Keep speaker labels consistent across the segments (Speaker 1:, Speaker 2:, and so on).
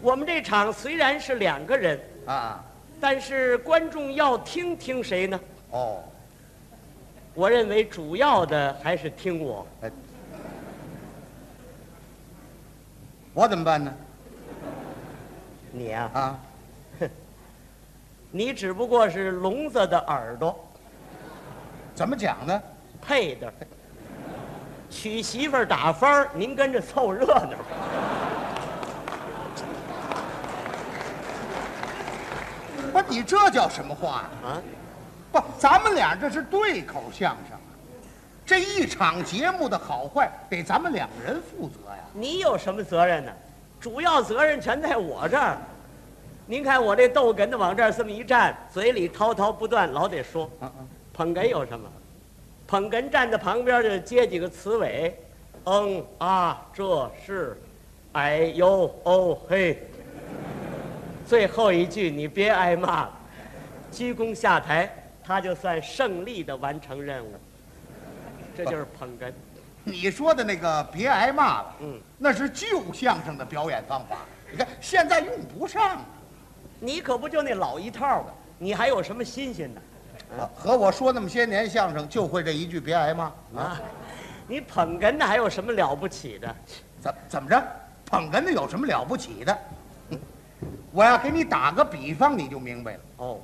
Speaker 1: 我们这场虽然是两个人，
Speaker 2: 啊，
Speaker 1: 但是观众要听听谁呢？
Speaker 2: 哦，
Speaker 1: 我认为主要的还是听我。
Speaker 2: 我怎么办呢？
Speaker 1: 你呀、
Speaker 2: 啊，
Speaker 1: 你只不过是聋子的耳朵
Speaker 2: 怎么讲呢？
Speaker 1: 配的。娶媳妇儿打幡儿，您跟着凑热闹。
Speaker 2: 不是你这叫什么话呀、
Speaker 1: 啊，
Speaker 2: 不，咱们俩这是对口相声啊，这一场节目的好坏得咱们两个人负责呀。
Speaker 1: 你有什么责任呢？主要责任全在我这儿。您看我这逗哏的往这儿这么一站，嘴里滔滔不断，老得说。
Speaker 2: 啊啊，
Speaker 1: 捧哏有什么？捧哏站在旁边就接几个词尾，嗯啊，这是，哎呦哦嘿。最后一句你别挨骂了，鞠躬下台，他就算胜利的完成任务。这就是捧哏。
Speaker 2: 你说的那个别挨骂了，
Speaker 1: 嗯，
Speaker 2: 那是旧相声的表演方法，你看现在用不上啊
Speaker 1: 你可不就那老一套吗？你还有什么新鲜的？嗯
Speaker 2: 啊。和我说那么些年相声，就会这一句别挨骂啊。
Speaker 1: 啊，你捧哏的还有什么了不起的？
Speaker 2: 怎怎么着？捧哏的有什么了不起的？我要给你打个比方，你就明白了。
Speaker 1: 哦，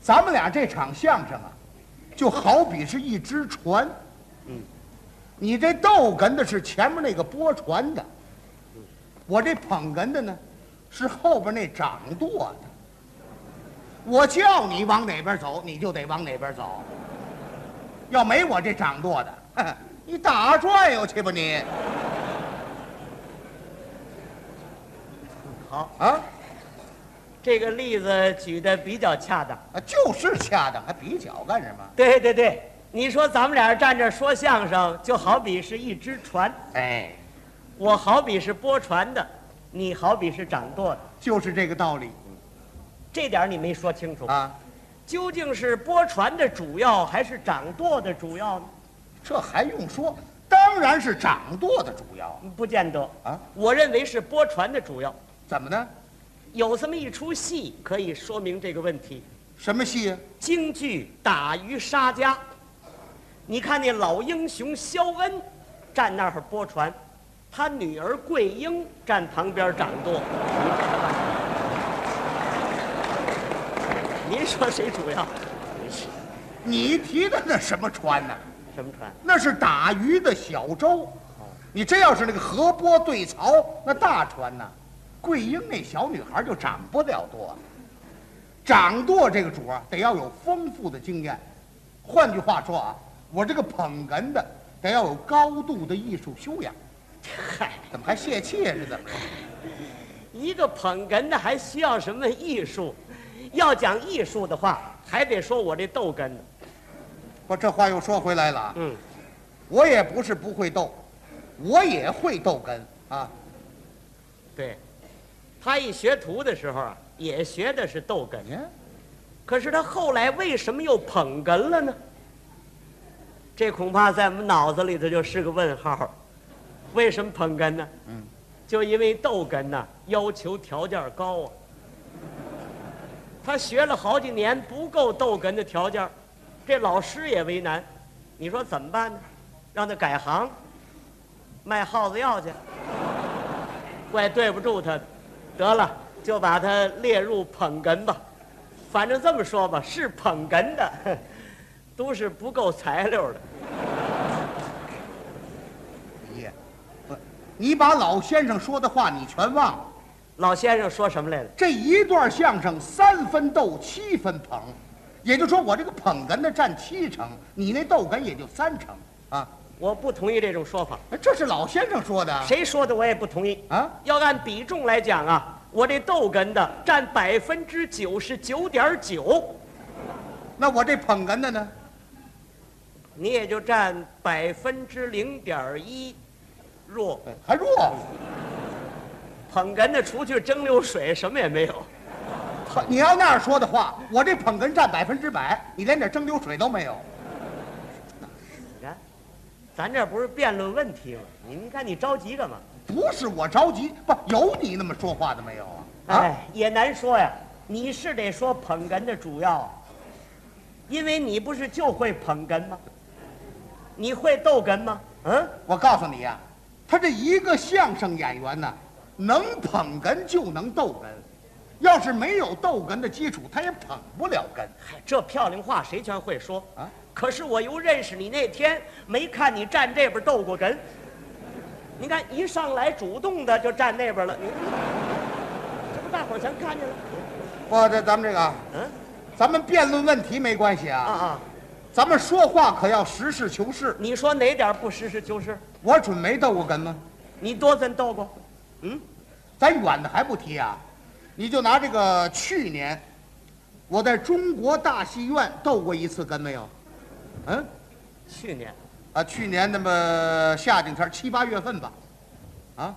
Speaker 2: 咱们俩这场相声啊，就好比是一只船。
Speaker 1: 嗯，
Speaker 2: 你这逗哏的是前面那个拨船的，我这捧哏的呢，是后边那掌舵的。我叫你往哪边走，你就得往哪边走。要没我这掌舵的， 呵呵你打转悠去吧你。
Speaker 1: 好，
Speaker 2: 啊
Speaker 1: 这个例子举的比较恰当。
Speaker 2: 啊，就是恰当，还比较干什么？
Speaker 1: 对对对，你说咱们俩站这儿说相声，就好比是一只船，
Speaker 2: 哎，
Speaker 1: 我好比是拨船的，你好比是掌舵的，
Speaker 2: 就是这个道理
Speaker 1: 这点儿你没说清楚。
Speaker 2: 啊。
Speaker 1: 究竟是拨船的主要还是掌舵的主要呢？
Speaker 2: 这还用说？当然是掌舵的主要
Speaker 1: 不见得
Speaker 2: 啊。
Speaker 1: 我认为是拨船的主要。
Speaker 2: 怎么呢？
Speaker 1: 有这么一出戏可以说明这个问题。
Speaker 2: 什么戏呀？啊
Speaker 1: 京剧《打渔杀家》，你看那老英雄肖恩站那儿拨船，他女儿桂英站旁边掌舵。您说谁主要？
Speaker 2: 你提的那什么船呢、
Speaker 1: 什么船？
Speaker 2: 那是打鱼的小舟。你这要是那个河波对槽，那大船呢、桂英那小女孩就掌不了舵。啊掌舵这个主啊，得要有丰富的经验。换句话说啊，我这个捧哏的得要有高度的艺术修养。
Speaker 1: 嗨，
Speaker 2: 怎么还泄气呀？是怎么着？
Speaker 1: 一个捧哏的还需要什么艺术？要讲艺术的话，还得说我这逗哏的。
Speaker 2: 不，这话又说回来了啊。
Speaker 1: 嗯，
Speaker 2: 我也不是不会逗，我也会逗哏啊。
Speaker 1: 对，他一学徒的时候啊，也学的是逗哏。
Speaker 2: 你
Speaker 1: 可是他后来为什么又捧哏了呢？这恐怕在我们脑子里头就是个问号。为什么捧哏呢？
Speaker 2: 嗯，
Speaker 1: 就因为逗哏呐、要求条件高啊。他学了好几年不够逗哏的条件，这老师也为难。你说怎么办呢？让他改行，卖耗子药去，怪对不住他的。得了，就把他列入捧哏吧。反正这么说吧，是捧哏的， 都是不够材料的。
Speaker 2: 你，不，你把老先生说的话你全忘了。
Speaker 1: 老先生说什么来着？
Speaker 2: 这一段相声三分逗，七分捧，也就是说我这个捧哏的占七成，你那逗哏也就三成啊。
Speaker 1: 我不同意这种说法，
Speaker 2: 这是老先生说的啊
Speaker 1: 谁说的我也不同意。
Speaker 2: 啊。
Speaker 1: 要按比重来讲啊，我这逗哏的占百分之九十九点九，
Speaker 2: 那我这捧哏的呢？
Speaker 1: 你也就占百分之零点一，弱。
Speaker 2: 哎还弱，
Speaker 1: 捧哏的除去蒸馏水什么也没有，
Speaker 2: 你要那样说的话，我这捧哏占百分之百，你连点蒸馏水都没有。
Speaker 1: 你看，咱这不是辩论问题吗？你你看你着急干嘛？
Speaker 2: 不是我着急，不有你那么说话的没有啊？啊，
Speaker 1: 哎，也难说呀。你是得说捧哏的主要，啊因为你不是就会捧哏吗？你会逗哏吗？嗯，
Speaker 2: 我告诉你呀、啊他这一个相声演员呢，能捧哏就能逗哏，要是没有逗哏的基础，他也捧不了哏。
Speaker 1: 嗨这漂亮话谁全会说
Speaker 2: 啊？
Speaker 1: 可是我由认识你那天，没看你站这边逗过哏。你看一上来主动的就站那边了，你这不大伙儿全看见了？
Speaker 2: 我这咱们这个啊，
Speaker 1: 嗯
Speaker 2: 咱们辩论问题没关系
Speaker 1: 啊
Speaker 2: 啊，
Speaker 1: 啊，
Speaker 2: 咱们说话可要实事求是。
Speaker 1: 你说哪点不实事求是？
Speaker 2: 我准没逗过哏吗？
Speaker 1: 你多咱逗过，嗯，
Speaker 2: 咱远的还不提啊，你就拿这个去年，我在中国大戏院斗过一次哏没有？嗯，
Speaker 1: 去年
Speaker 2: 啊，去年那么夏景天七八月份吧，啊，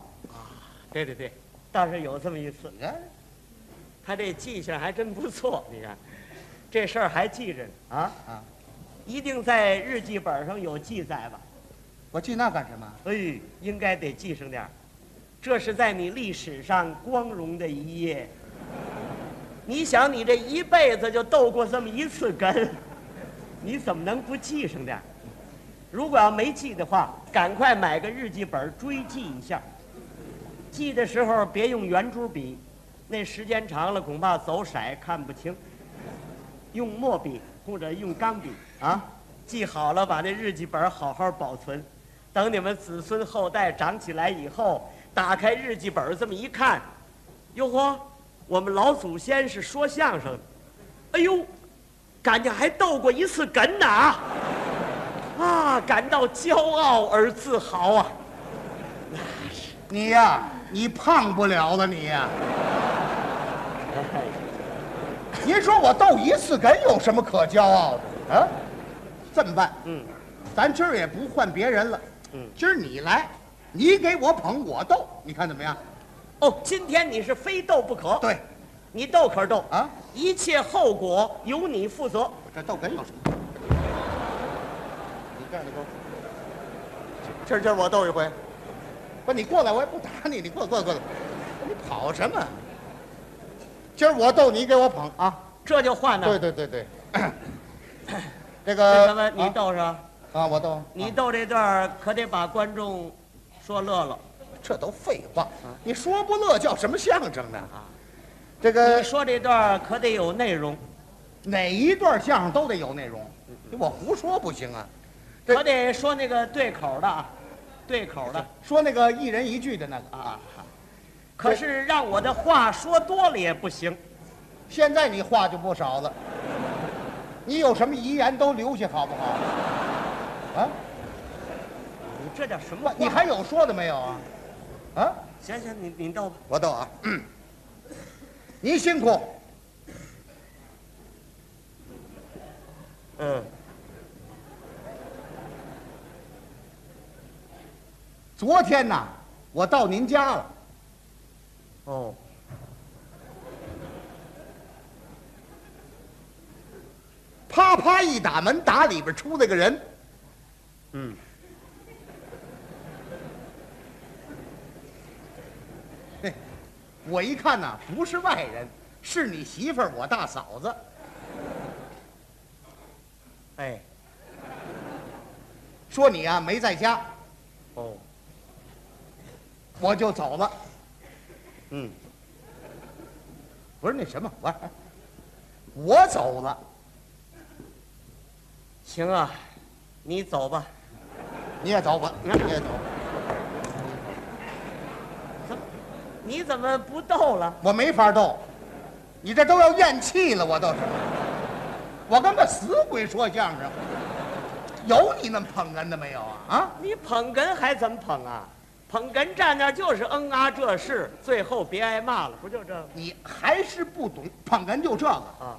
Speaker 1: 对对对，倒是有这么一次。
Speaker 2: 你看，
Speaker 1: 他这记性还真不错，你看，这事儿还记着呢啊
Speaker 2: 啊！
Speaker 1: 一定在日记本上有记载吧？
Speaker 2: 我记那干什么？
Speaker 1: 哎，应该得记上点儿。这是在你历史上光荣的一页。你想，你这一辈子就斗过这么一次哏，你怎么能不记上点儿？如果要没记的话，赶快买个日记本儿追记一下。记的时候别用圆珠笔，那时间长了恐怕走色看不清。用墨笔或者用钢笔啊， 记好了，把那日记本好好保存。等你们子孙后代长起来以后，打开日记本这么一看，哟呵，我们老祖先是说相声的，哎呦，感觉还斗过一次哏呢啊！啊，感到骄傲而自豪啊！
Speaker 2: 你呀、你胖不了的你呀、您说我斗一次哏有什么可骄傲的啊？这么办，
Speaker 1: 嗯，
Speaker 2: 咱今儿也不换别人了，
Speaker 1: 嗯，
Speaker 2: 今儿你来，你给我捧，我斗，你看怎么样？
Speaker 1: 哦，今天你是非斗不可，
Speaker 2: 对，
Speaker 1: 你斗可是斗
Speaker 2: 啊，
Speaker 1: 一切后果由你负责。
Speaker 2: 这逗哏有什么？你干的够。今儿今儿我斗一回，不，你过来，我也不打你，你过来过来过来，你跑什么？今儿我斗你，给我捧啊！
Speaker 1: 这就换了。
Speaker 2: 对 对对对，这
Speaker 1: 那
Speaker 2: 个
Speaker 1: 什么，你
Speaker 2: 啊
Speaker 1: 斗上，
Speaker 2: 啊，我斗
Speaker 1: 你
Speaker 2: 啊
Speaker 1: 斗这段儿可得把观众说乐了。
Speaker 2: 这都废话，
Speaker 1: 啊
Speaker 2: 你说不乐叫什么相声呢？这
Speaker 1: 你
Speaker 2: 个
Speaker 1: 说这段儿可得有内容，
Speaker 2: 哪一段相声都得有内容，
Speaker 1: 嗯
Speaker 2: 我胡说不行啊！对
Speaker 1: 可得说那个对口的，啊，对口的。
Speaker 2: 说那个一人一句的那个啊，
Speaker 1: 可是让我的话说多了也不行，
Speaker 2: 现在你话就不少了，你有什么遗言都留下好不好？啊，
Speaker 1: 你这叫什么
Speaker 2: 不
Speaker 1: 话？
Speaker 2: 你还有说的没有啊？啊，
Speaker 1: 行行，你你斗吧。
Speaker 2: 我逗 啊，嗯，您辛苦，
Speaker 1: 嗯，
Speaker 2: 昨天呐，我到您家了，
Speaker 1: 哦，
Speaker 2: 啪啪一打门，打里边出来个人，
Speaker 1: 嗯，
Speaker 2: 我一看呐，不是外人，是你媳妇儿，我大嫂子。
Speaker 1: 哎，
Speaker 2: 说你啊没在家，
Speaker 1: 哦，
Speaker 2: 我就走了。
Speaker 1: 嗯，
Speaker 2: 不是那什么，我我走了，
Speaker 1: 行啊，你走吧。
Speaker 2: 你也走吧，你也走。
Speaker 1: 你怎么不斗了？
Speaker 2: 我没法斗，你这都要咽气了，我都是。我跟个死鬼说相声，有你那么捧哏的没有啊？啊，
Speaker 1: 你捧哏还怎么捧啊？捧哏站那儿就是嗯啊这事，最后别挨骂了，不就这个
Speaker 2: 你还是不懂捧哏就这个，
Speaker 1: 啊？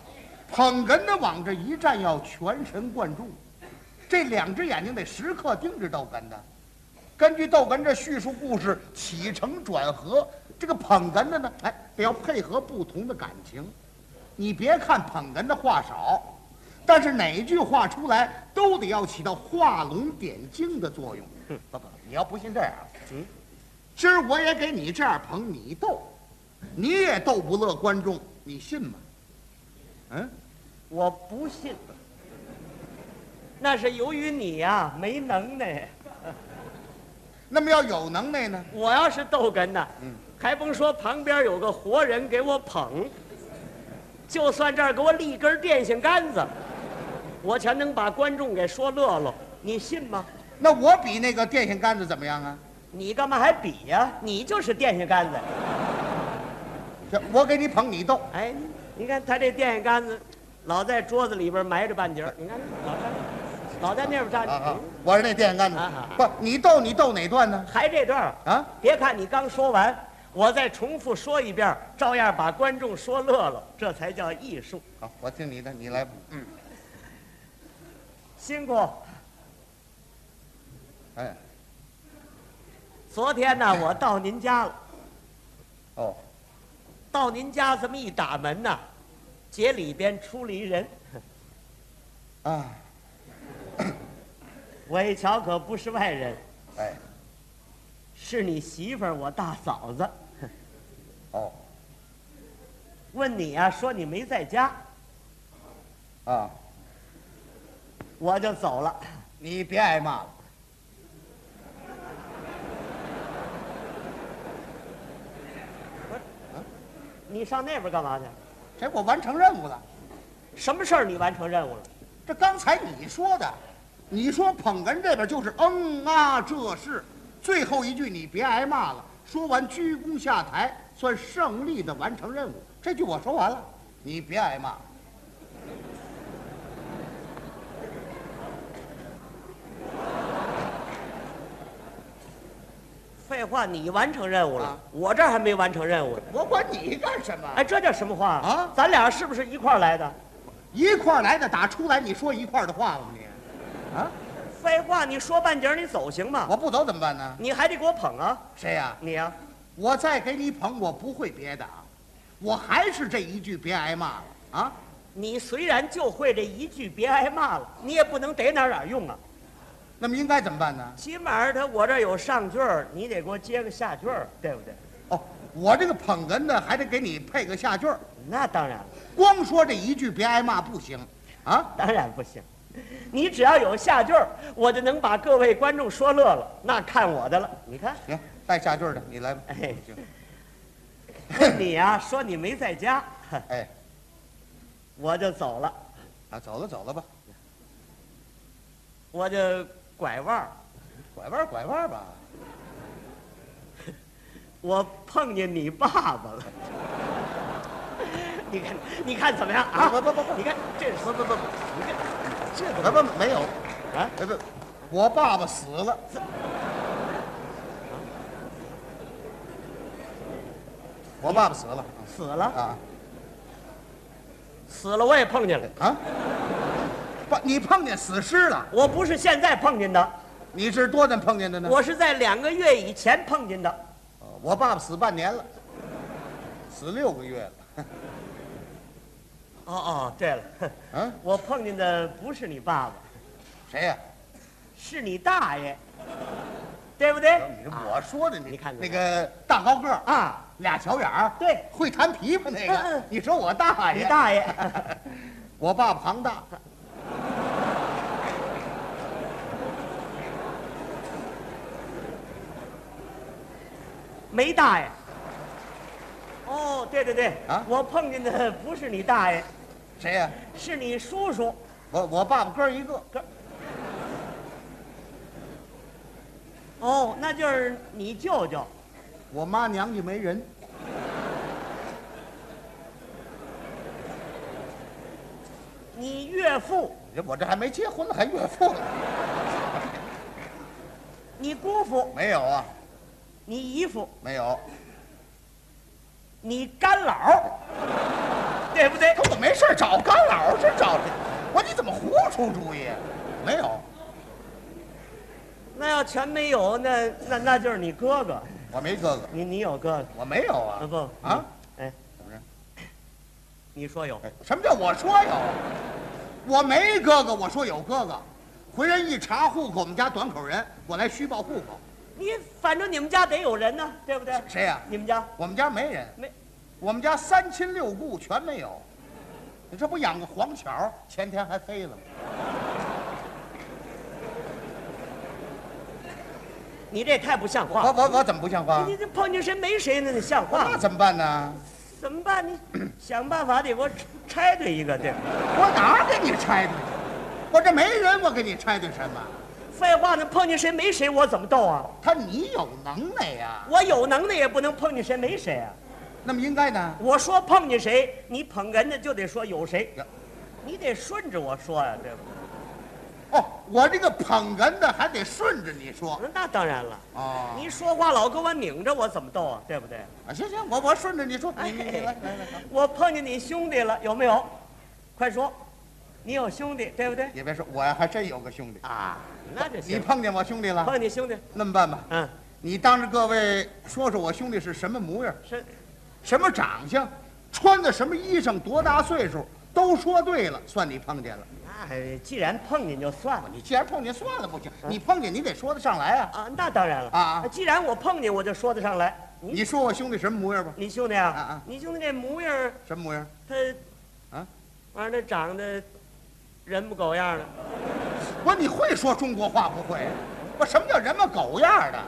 Speaker 2: 捧哏的往这一站要全神贯注，这两只眼睛得时刻盯着逗哏的。根据逗哏这叙述故事起承转合，这个捧哏的呢，哎，得要配合不同的感情。你别看捧哏的话少，但是哪句话出来都得要起到画龙点睛的作用。不不，你要不信这样，
Speaker 1: 嗯，
Speaker 2: 今儿我也给你这样捧，你逗，你也逗不乐观众，你信吗？嗯，
Speaker 1: 我不信，那是由于你呀、没能耐。
Speaker 2: 那么要有能耐呢？
Speaker 1: 我要是逗哏呢，
Speaker 2: 嗯
Speaker 1: 还甭说旁边有个活人给我捧，就算这儿给我立根电线杆子，我全能把观众给说乐了。你信吗？
Speaker 2: 那我比那个电线杆子怎么样啊？
Speaker 1: 你干嘛还比呀、你就是电线杆子。
Speaker 2: 这我给你捧，你逗，
Speaker 1: 哎，你看他这电线杆子，老在桌子里边埋着半截儿。你看，老在老在那边站
Speaker 2: 啊啊
Speaker 1: 着，！
Speaker 2: 我是那电线杆子
Speaker 1: 啊啊，
Speaker 2: 不，你逗你逗哪段呢？
Speaker 1: 还这段儿。
Speaker 2: 啊，
Speaker 1: 别看你刚说完，我再重复说一遍儿，照样把观众说乐了，这才叫艺术。
Speaker 2: 好，我听你的，你来吧。嗯，
Speaker 1: 辛苦。
Speaker 2: 哎，
Speaker 1: 昨天呢，我到您家了，
Speaker 2: 哦，
Speaker 1: 到您家这么一打门呐，姐里边出了一人，
Speaker 2: 啊，
Speaker 1: 我一瞧可不是外人，
Speaker 2: 哎，
Speaker 1: 是你媳妇儿，我大嫂子。
Speaker 2: 哦，
Speaker 1: 问你啊，说你没在家，
Speaker 2: 啊，
Speaker 1: 我就走了。
Speaker 2: 你别挨骂了。
Speaker 1: 你上那边干嘛去？
Speaker 2: 这我完成任务了，
Speaker 1: 什么事儿你完成任务了？
Speaker 2: 这刚才你说的，你说捧哏这边就是嗯啊，这是最后一句，你别挨骂了。说完鞠躬下台，算胜利的完成任务。这句我说完了，你别挨骂了。
Speaker 1: 废话，你完成任务了，
Speaker 2: 啊
Speaker 1: 我这儿还没完成任务呢。
Speaker 2: 我管你干什么？
Speaker 1: 哎，这叫什么话
Speaker 2: 啊
Speaker 1: 咱俩是不是一块儿来的？
Speaker 2: 一块儿来的打出来，你说一块儿的话吗？你，啊，
Speaker 1: 废话，你说半截儿你走行吗？
Speaker 2: 我不走怎么办呢？
Speaker 1: 你还得给我捧啊！
Speaker 2: 谁呀、
Speaker 1: 你呀、
Speaker 2: 我再给你捧，我不会别的啊，我还是这一句，别挨骂了啊！
Speaker 1: 你虽然就会这一句别挨骂了，你也不能逮哪儿哪儿用啊。
Speaker 2: 那么应该怎么办呢？
Speaker 1: 起码他我这儿有上句儿，你得给我接个下句儿，对不对？
Speaker 2: 哦，我这个捧哏呢，还得给你配个下句儿，
Speaker 1: 那当然了，
Speaker 2: 光说这一句，别挨骂不行啊！
Speaker 1: 当然不行。你只要有下句儿，我就能把各位观众说乐了，那看我的了。你看，
Speaker 2: 行，带下句儿的你来吧。
Speaker 1: 哎
Speaker 2: 行，
Speaker 1: 问你啊，说你没在家，
Speaker 2: 哎，
Speaker 1: 我就走了，
Speaker 2: 啊，走了走了吧，
Speaker 1: 我就拐弯儿，
Speaker 2: 拐弯儿拐弯儿吧。
Speaker 1: 我碰见你爸爸了。 你看，你看怎么样啊？
Speaker 2: 不不不不
Speaker 1: 你看这是
Speaker 2: 不不不，
Speaker 1: 你看这怎
Speaker 2: 不
Speaker 1: 么
Speaker 2: 不没有，
Speaker 1: 啊？
Speaker 2: 哎不，我爸爸死了。我爸爸死了
Speaker 1: 死了，
Speaker 2: 啊
Speaker 1: 死了我也碰见了。
Speaker 2: 啊！不，你碰见死尸了？
Speaker 1: 我不是现在碰见的，
Speaker 2: 你是多咱碰见的呢？
Speaker 1: 我是在两个月以前碰见的。
Speaker 2: 哦我爸爸死半年了，死六个月了。
Speaker 1: 哦哦，对了， 哼
Speaker 2: 嗯，
Speaker 1: 我碰见的不是你爸爸，
Speaker 2: 谁呀、
Speaker 1: 是你大爷，对不对？
Speaker 2: 啊你这我说的，
Speaker 1: 你看看
Speaker 2: 那个大高个儿，
Speaker 1: 啊，
Speaker 2: 俩小眼儿，
Speaker 1: 对，
Speaker 2: 会弹琵琶那
Speaker 1: 嗯
Speaker 2: 个
Speaker 1: 嗯，
Speaker 2: 你说我大爷？
Speaker 1: 你大爷，
Speaker 2: 我爸爸庞大，
Speaker 1: 没大爷。哦，对对对，
Speaker 2: 啊
Speaker 1: 我碰见的不是你大爷，
Speaker 2: 谁呀、
Speaker 1: 是你叔叔。
Speaker 2: 我我爸爸哥儿一个，
Speaker 1: 哦，那就是你舅舅。
Speaker 2: 我妈娘家没人。
Speaker 1: 你岳父，
Speaker 2: 我这还没结婚呢，还岳父呢？
Speaker 1: 你姑父，
Speaker 2: 没有啊，
Speaker 1: 你姨父，
Speaker 2: 没有，
Speaker 1: 你干姥儿， 对不对？
Speaker 2: 可我没事儿找干老是找谁？我你怎么胡出主意？啊没有，
Speaker 1: 那要全没有，那那那就是你哥哥。
Speaker 2: 我没哥哥，
Speaker 1: 你你有哥哥？
Speaker 2: 我没有啊
Speaker 1: 啊。不
Speaker 2: 啊，
Speaker 1: 哎，
Speaker 2: 怎么着？
Speaker 1: 你说有？
Speaker 2: 哎什么叫我说有？我没哥哥，我说有哥哥。回人一查户口，我们家短口人，我来虚报户口。
Speaker 1: 你反正你们家得有人呢，对不对？
Speaker 2: 谁呀、
Speaker 1: 你们家
Speaker 2: 我们家没人，
Speaker 1: 没
Speaker 2: 我们家三亲六故全没有。你这不养个黄巧，前天还飞了吗？
Speaker 1: 你这太不像
Speaker 2: 我
Speaker 1: 话！
Speaker 2: 我我怎么不像话
Speaker 1: 你？这碰见谁没谁呢？你像话
Speaker 2: 那
Speaker 1: 吗？
Speaker 2: 怎么办呢？
Speaker 1: 怎么办？你想办法得给我拆拆对一个，对吧？
Speaker 2: 我哪给你拆的去？我这没人，我给你拆的什么？
Speaker 1: 废话，那碰见谁没谁，我怎么斗啊？
Speaker 2: 他你有能耐呀、
Speaker 1: 我有能耐也不能碰见谁没谁啊！
Speaker 2: 那么应该呢？
Speaker 1: 我说碰见谁，你捧哏的就得说有谁
Speaker 2: 呀，
Speaker 1: 你得顺着我说呀、啊对吧？
Speaker 2: 哦，我这个捧哏的还得顺着你说
Speaker 1: 那当然了，
Speaker 2: 哦。
Speaker 1: 你说话老跟我拧着，我怎么斗啊？对不对？
Speaker 2: 啊，行行，我我顺着你说，你你你来来来，
Speaker 1: 我碰见你兄弟了，有没有？快说，你有兄弟对不对？
Speaker 2: 也别说，我呀还真有个兄弟。
Speaker 1: 啊，哎那就
Speaker 2: 你
Speaker 1: 行。
Speaker 2: 碰见我兄弟了？
Speaker 1: 碰见兄弟，
Speaker 2: 那么办吧，
Speaker 1: 嗯，
Speaker 2: 你当着各位说说我兄弟是什么模样，
Speaker 1: 是
Speaker 2: 什么长相，穿的什么衣裳，多大岁数，都说对了，算你碰见了。
Speaker 1: 那既然碰见就算了
Speaker 2: 你既然碰见，算了不行，你碰见你得说得上来啊。
Speaker 1: 啊，那当然了
Speaker 2: 啊啊
Speaker 1: 既然我碰见，我就说得上来。你
Speaker 2: 你说我兄弟什么模样吧？
Speaker 1: 你兄弟啊，
Speaker 2: 啊啊
Speaker 1: 你兄弟这模样儿，
Speaker 2: 什么模样？
Speaker 1: 他
Speaker 2: 啊，
Speaker 1: 完了长得人不狗样的，
Speaker 2: 我说你会说中国话不会？啊我什么叫人模狗样的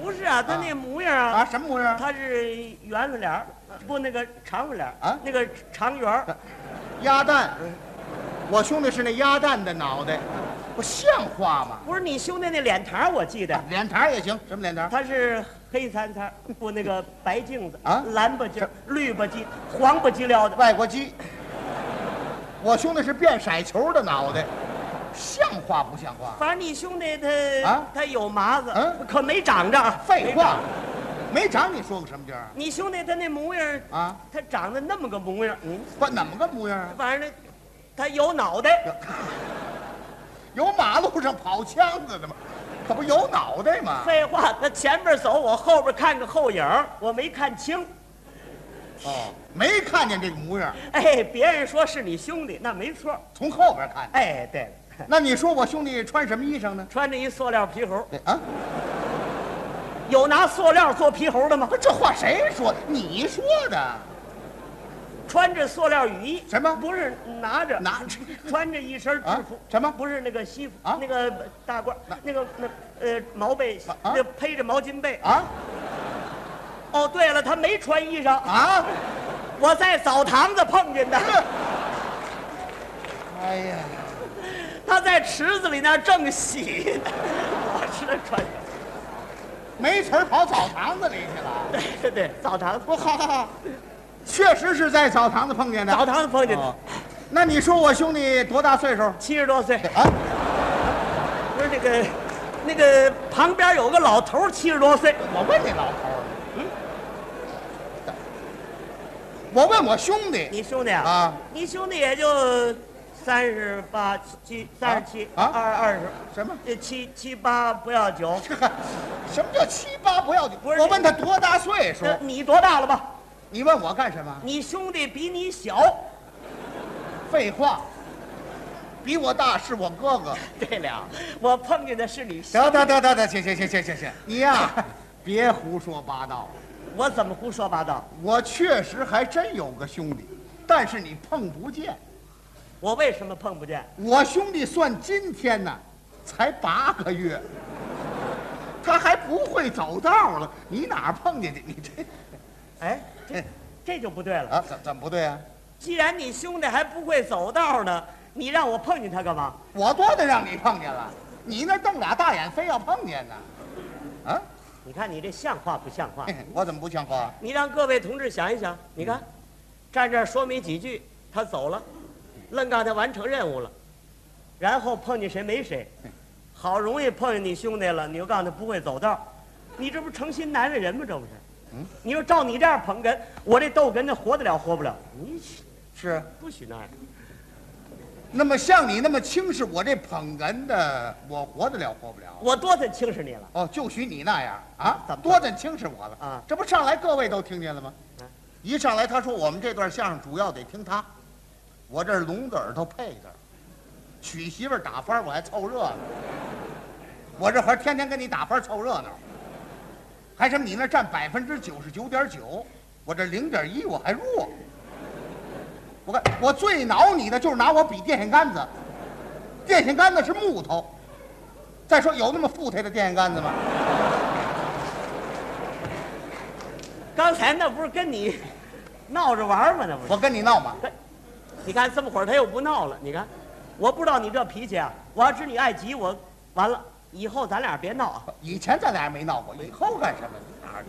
Speaker 1: 不是啊，他那模样啊，
Speaker 2: 啊？什么模样？
Speaker 1: 他是圆了脸儿，不那个长了脸儿
Speaker 2: 啊
Speaker 1: 那个长圆儿，
Speaker 2: 鸭蛋，我兄弟是那鸭蛋的脑袋，不像话吗？
Speaker 1: 不是你兄弟那脸膛儿，我记得。
Speaker 2: 脸膛也行，什么脸膛？
Speaker 1: 他是黑参参，不那个白镜子
Speaker 2: 啊
Speaker 1: 蓝吧唧、绿吧唧、黄吧唧撩的，
Speaker 2: 外国鸡。我兄弟是变色球的脑袋，像话不像话？
Speaker 1: 反正你兄弟他、
Speaker 2: 啊
Speaker 1: 他有麻子，
Speaker 2: 嗯
Speaker 1: 可没长着啊。
Speaker 2: 废
Speaker 1: 没长，
Speaker 2: 话，没长你说个什么劲儿
Speaker 1: 你兄弟他那模样儿，
Speaker 2: 啊？
Speaker 1: 他长得那么个模样儿，你
Speaker 2: 不，怎么个模样啊？
Speaker 1: 反正那他有脑袋，
Speaker 2: 有马路上跑枪子的吗？可不有脑袋吗？
Speaker 1: 废话，他前边走，我后边看个后影儿，我没看清。
Speaker 2: 哦，没看见这个模样，
Speaker 1: 哎，别人说是你兄弟，那没错。
Speaker 2: 从后边看见。
Speaker 1: 哎，对了，
Speaker 2: 那你说我兄弟穿什么衣裳呢？
Speaker 1: 穿着一塑料皮猴，
Speaker 2: 对啊，
Speaker 1: 有拿塑料做皮猴的吗
Speaker 2: 不？是这话谁说的？你说的？
Speaker 1: 穿着塑料雨衣，
Speaker 2: 什么
Speaker 1: 不是拿着
Speaker 2: 拿着
Speaker 1: 穿着一身制
Speaker 2: 啊
Speaker 1: 服，？
Speaker 2: 什么？
Speaker 1: 不是那个西服
Speaker 2: 啊
Speaker 1: 那个大褂，那个那呃毛被，
Speaker 2: 啊
Speaker 1: 那披着毛巾被。
Speaker 2: 啊
Speaker 1: 哦，对了，他没穿衣裳，
Speaker 2: 啊！
Speaker 1: 我在澡堂子碰见的，
Speaker 2: 哎呀，
Speaker 1: 他在池子里那儿正洗 呢，我是穿的，
Speaker 2: 没词儿跑澡堂子里去了。
Speaker 1: 对对对，澡堂子，
Speaker 2: 我好好好，确实是在澡堂子碰见 的。
Speaker 1: 澡堂子碰见
Speaker 2: 哦
Speaker 1: 的，
Speaker 2: 那你说我兄弟多大岁数？
Speaker 1: 七十多岁，
Speaker 2: 啊，
Speaker 1: 不是那个那个旁边有个老头儿，七十多岁，
Speaker 2: 我问你老头儿，嗯，我问我兄弟
Speaker 1: 你兄弟啊，
Speaker 2: 啊，
Speaker 1: 你兄弟也就三十八七三十七
Speaker 2: 啊啊
Speaker 1: 二二十。
Speaker 2: 什么？
Speaker 1: 这七七八不要九，
Speaker 2: 什么叫七八不呃要紧？
Speaker 1: 不是
Speaker 2: 我问他多大岁数，
Speaker 1: 这你多大了吧？
Speaker 2: 你问我干什么？
Speaker 1: 你兄弟比你小，
Speaker 2: 废话，比我大是我哥哥。
Speaker 1: 对了，我碰见的是你兄，
Speaker 2: 得得得得得，行行行行行行，你呀、别胡说八道。
Speaker 1: 我怎么胡说八道？
Speaker 2: 我确实还真有个兄弟，但是你碰不见。
Speaker 1: 我为什么碰不见？
Speaker 2: 我兄弟算今天呢，才八个月，他还不会走道了，你哪儿碰见的？你 这
Speaker 1: 哎，这这就不对了。
Speaker 2: 啊，怎怎么不对啊？
Speaker 1: 既然你兄弟还不会走道呢，你让我碰见他干嘛？
Speaker 2: 我多得让你碰见了，你那瞪俩大眼非要碰见呢，啊？
Speaker 1: 你看你这像话不像话？
Speaker 2: 我怎么不像话？
Speaker 1: 你让各位同志想一想，你看，站这儿说没几句，他走了，愣刚才完成任务了，然后碰见谁没谁，好容易碰见你兄弟了，你又告诉他不会走道，你这不成心难为人吗？这不是？你说照你这样捧哏，我这逗哏的活得了活不了？你
Speaker 2: 是，
Speaker 1: 不许那样，
Speaker 2: 那么像你那么轻视我这捧哏的，我活得了活不了？
Speaker 1: 我多得轻视你了。
Speaker 2: 哦，就许你那样啊？
Speaker 1: 怎么
Speaker 2: 多得轻视我了
Speaker 1: 啊
Speaker 2: 这不上来各位都听见了吗
Speaker 1: 啊？
Speaker 2: 一上来他说我们这段相声主要得听他，我这是聋子耳朵配的，娶媳妇儿打番儿我还凑热闹，我这还天天跟你打番儿凑热闹，还什么你那占百分之九十九点九，我这零点一我还弱。我看我最恼你的就是拿我比电线杆子，电线杆子是木头。再说有那么富态的电线杆子吗？
Speaker 1: 刚才那不是跟你闹着玩儿吗？那不是。
Speaker 2: 我跟你闹吗？
Speaker 1: 你看这么会儿他又不闹了，你看，我不知道你这脾气啊，我要知你爱急，我完了，以后咱俩别闹啊。
Speaker 2: 以前咱俩也没闹过，以后干什么？哪儿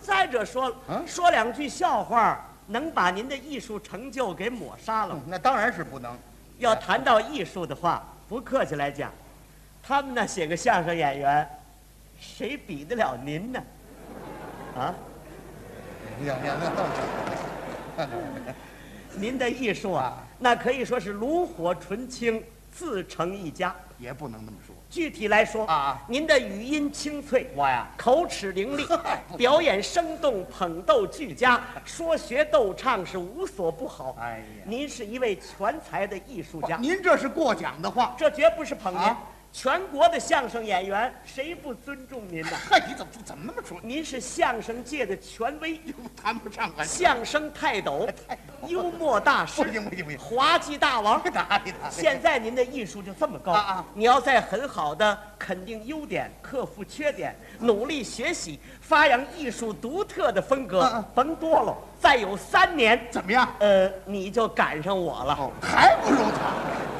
Speaker 1: 再者说了，
Speaker 2: 嗯
Speaker 1: 说两句笑话能把您的艺术成就给抹杀了吗？
Speaker 2: 嗯那当然是不能。
Speaker 1: 要谈到艺术的话，不客气来讲，他们那些个相声演员，谁比得了您呢？啊，
Speaker 2: 呀呀，那倒
Speaker 1: 您的艺术啊
Speaker 2: 啊，
Speaker 1: 那可以说是炉火纯青，自成一家。
Speaker 2: 也不能那么说。
Speaker 1: 具体来说
Speaker 2: 啊
Speaker 1: 您的语音清脆，
Speaker 2: 我呀，，
Speaker 1: 口齿伶俐 表演生动，捧逗俱佳，说学逗唱是无所不好。
Speaker 2: 哎呀
Speaker 1: 您是一位全才的艺术家，
Speaker 2: 您这是过奖的话。
Speaker 1: 这绝不是捧您。
Speaker 2: 啊
Speaker 1: 全国的相声演员谁不尊重您呢？
Speaker 2: 嗨，你怎么怎么那么说？
Speaker 1: 您是相声界的权威，
Speaker 2: 又谈不上啊！
Speaker 1: 相声泰斗
Speaker 2: 泰斗、
Speaker 1: 幽默大师
Speaker 2: 不、行不行不行，
Speaker 1: 滑稽大王。
Speaker 2: 打你打你！
Speaker 1: 现在您的艺术就这么高
Speaker 2: 啊啊
Speaker 1: 你要再很好的肯定优点、克服缺点，努力学习，发扬艺术独特的风格，
Speaker 2: 嗯嗯
Speaker 1: 甭多了，再有三年，
Speaker 2: 怎么样？哦
Speaker 1: 呃，你就赶上我了。
Speaker 2: 还不如他。